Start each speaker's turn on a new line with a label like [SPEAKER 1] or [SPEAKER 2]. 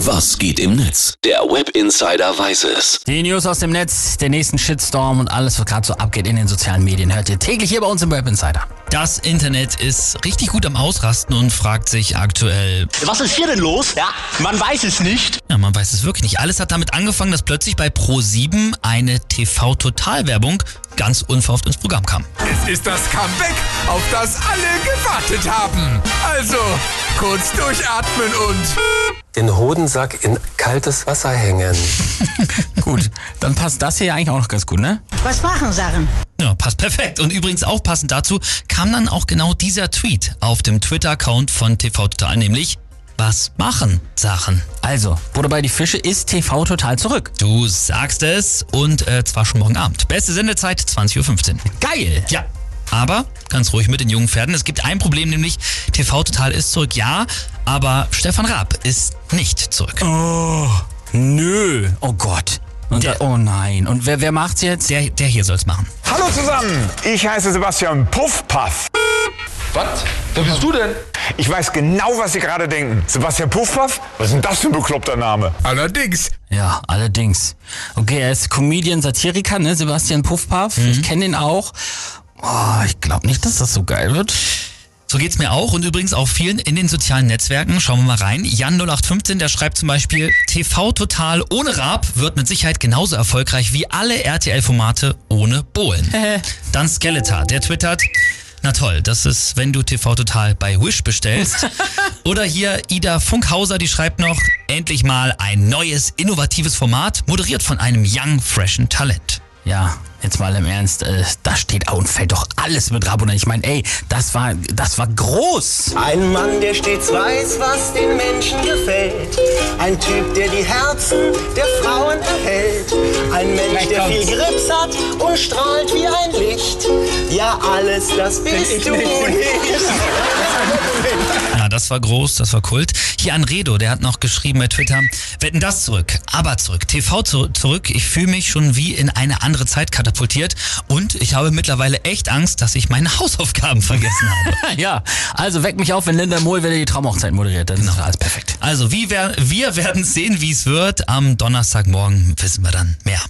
[SPEAKER 1] Was geht im Netz? Der Web Insider weiß es.
[SPEAKER 2] Die News aus dem Netz, der nächsten Shitstorm und alles, was gerade so abgeht in den sozialen Medien, hört ihr täglich hier bei uns im Web Insider.
[SPEAKER 3] Das Internet ist richtig gut am Ausrasten und fragt sich aktuell,
[SPEAKER 4] Was ist hier denn los? Ja, man weiß es nicht.
[SPEAKER 3] ja, man weiß es wirklich nicht. Alles hat damit angefangen, dass plötzlich bei Pro7 eine TV-Total-Werbung ganz unverhofft ins Programm kam.
[SPEAKER 5] Es ist das Comeback, auf das alle gewartet haben. Also, kurz durchatmen und...
[SPEAKER 6] den Hodensack in kaltes Wasser hängen.
[SPEAKER 2] Gut, dann passt das hier ja eigentlich auch noch ganz gut, ne?
[SPEAKER 7] Was machen Sachen?
[SPEAKER 3] Ja, passt perfekt. Und übrigens auch passend dazu kam dann auch genau dieser Tweet auf dem Twitter-Account von TV Total, nämlich was machen Sachen?
[SPEAKER 2] Also, Butter bei die Fische ist TV total zurück.
[SPEAKER 3] Du sagst es und äh, zwar schon morgen Abend. Beste Sendezeit 20.15 Uhr.
[SPEAKER 2] Geil!
[SPEAKER 3] Ja. Aber ganz ruhig mit den jungen Pferden. Es gibt ein Problem, nämlich TV Total ist zurück, ja, aber Stefan Raab ist nicht zurück.
[SPEAKER 2] Oh, Nö. Oh Gott. Und
[SPEAKER 3] Der-
[SPEAKER 2] da, oh nein. Und wer, wer macht's jetzt?
[SPEAKER 3] Der, der hier soll's machen.
[SPEAKER 8] Hallo zusammen, ich heiße Sebastian Puffpaff.
[SPEAKER 9] Was? Wer bist du denn?
[SPEAKER 8] Ich weiß genau, was Sie gerade denken. Sebastian Puffpaff? Was ist denn das für ein bekloppter Name?
[SPEAKER 5] Allerdings,
[SPEAKER 2] Ja, allerdings. Okay, er ist Comedian, Satiriker, ne? Sebastian Puffpaff. Ich kenne ihn auch. Oh, ich glaube nicht, dass das so geil wird.
[SPEAKER 3] So geht's mir auch und übrigens auch vielen in den sozialen Netzwerken. Schauen wir mal rein. Jan0815, der schreibt zum Beispiel, TV Total ohne Raab wird mit Sicherheit genauso erfolgreich wie alle RTL-Formate ohne Bohlen. Dann Skeletor, der twittert, na toll, das ist, wenn du TV Total bei Wish bestellst. Oder hier Ida Funkhauser, die schreibt noch, endlich mal ein neues, innovatives Format, moderiert von einem young, freshen Talent.
[SPEAKER 2] Ja, jetzt mal im Ernst, äh, da steht auch und fällt doch alles mit Rabona. Ich meine, ey, das war, das war groß.
[SPEAKER 10] Ein Mann, der stets weiß, was den Menschen gefällt. Ein Typ, der die Herzen der Frauen erhält. Ein Mensch, der viel Grips hat und strahlt wie ein Licht. Ja, alles, das bist du nicht.
[SPEAKER 3] Ja, das war groß, das war Kult. Hier Anredo, der hat noch geschrieben bei Twitter, wetten das zurück, aber zurück, TV zu, zurück. Ich fühle mich schon wie in eine andere Zeit katapultiert und ich habe mittlerweile echt Angst, dass ich meine Hausaufgaben vergessen habe.
[SPEAKER 2] Ja, also weck mich auf, wenn Linda Mohl wieder die Traumhochzeit moderiert. Dann
[SPEAKER 3] Genau.
[SPEAKER 2] ist alles perfekt.
[SPEAKER 3] Also, wie wer, wir werden sehen, wie es wird. Am Donnerstagmorgen wissen wir dann mehr.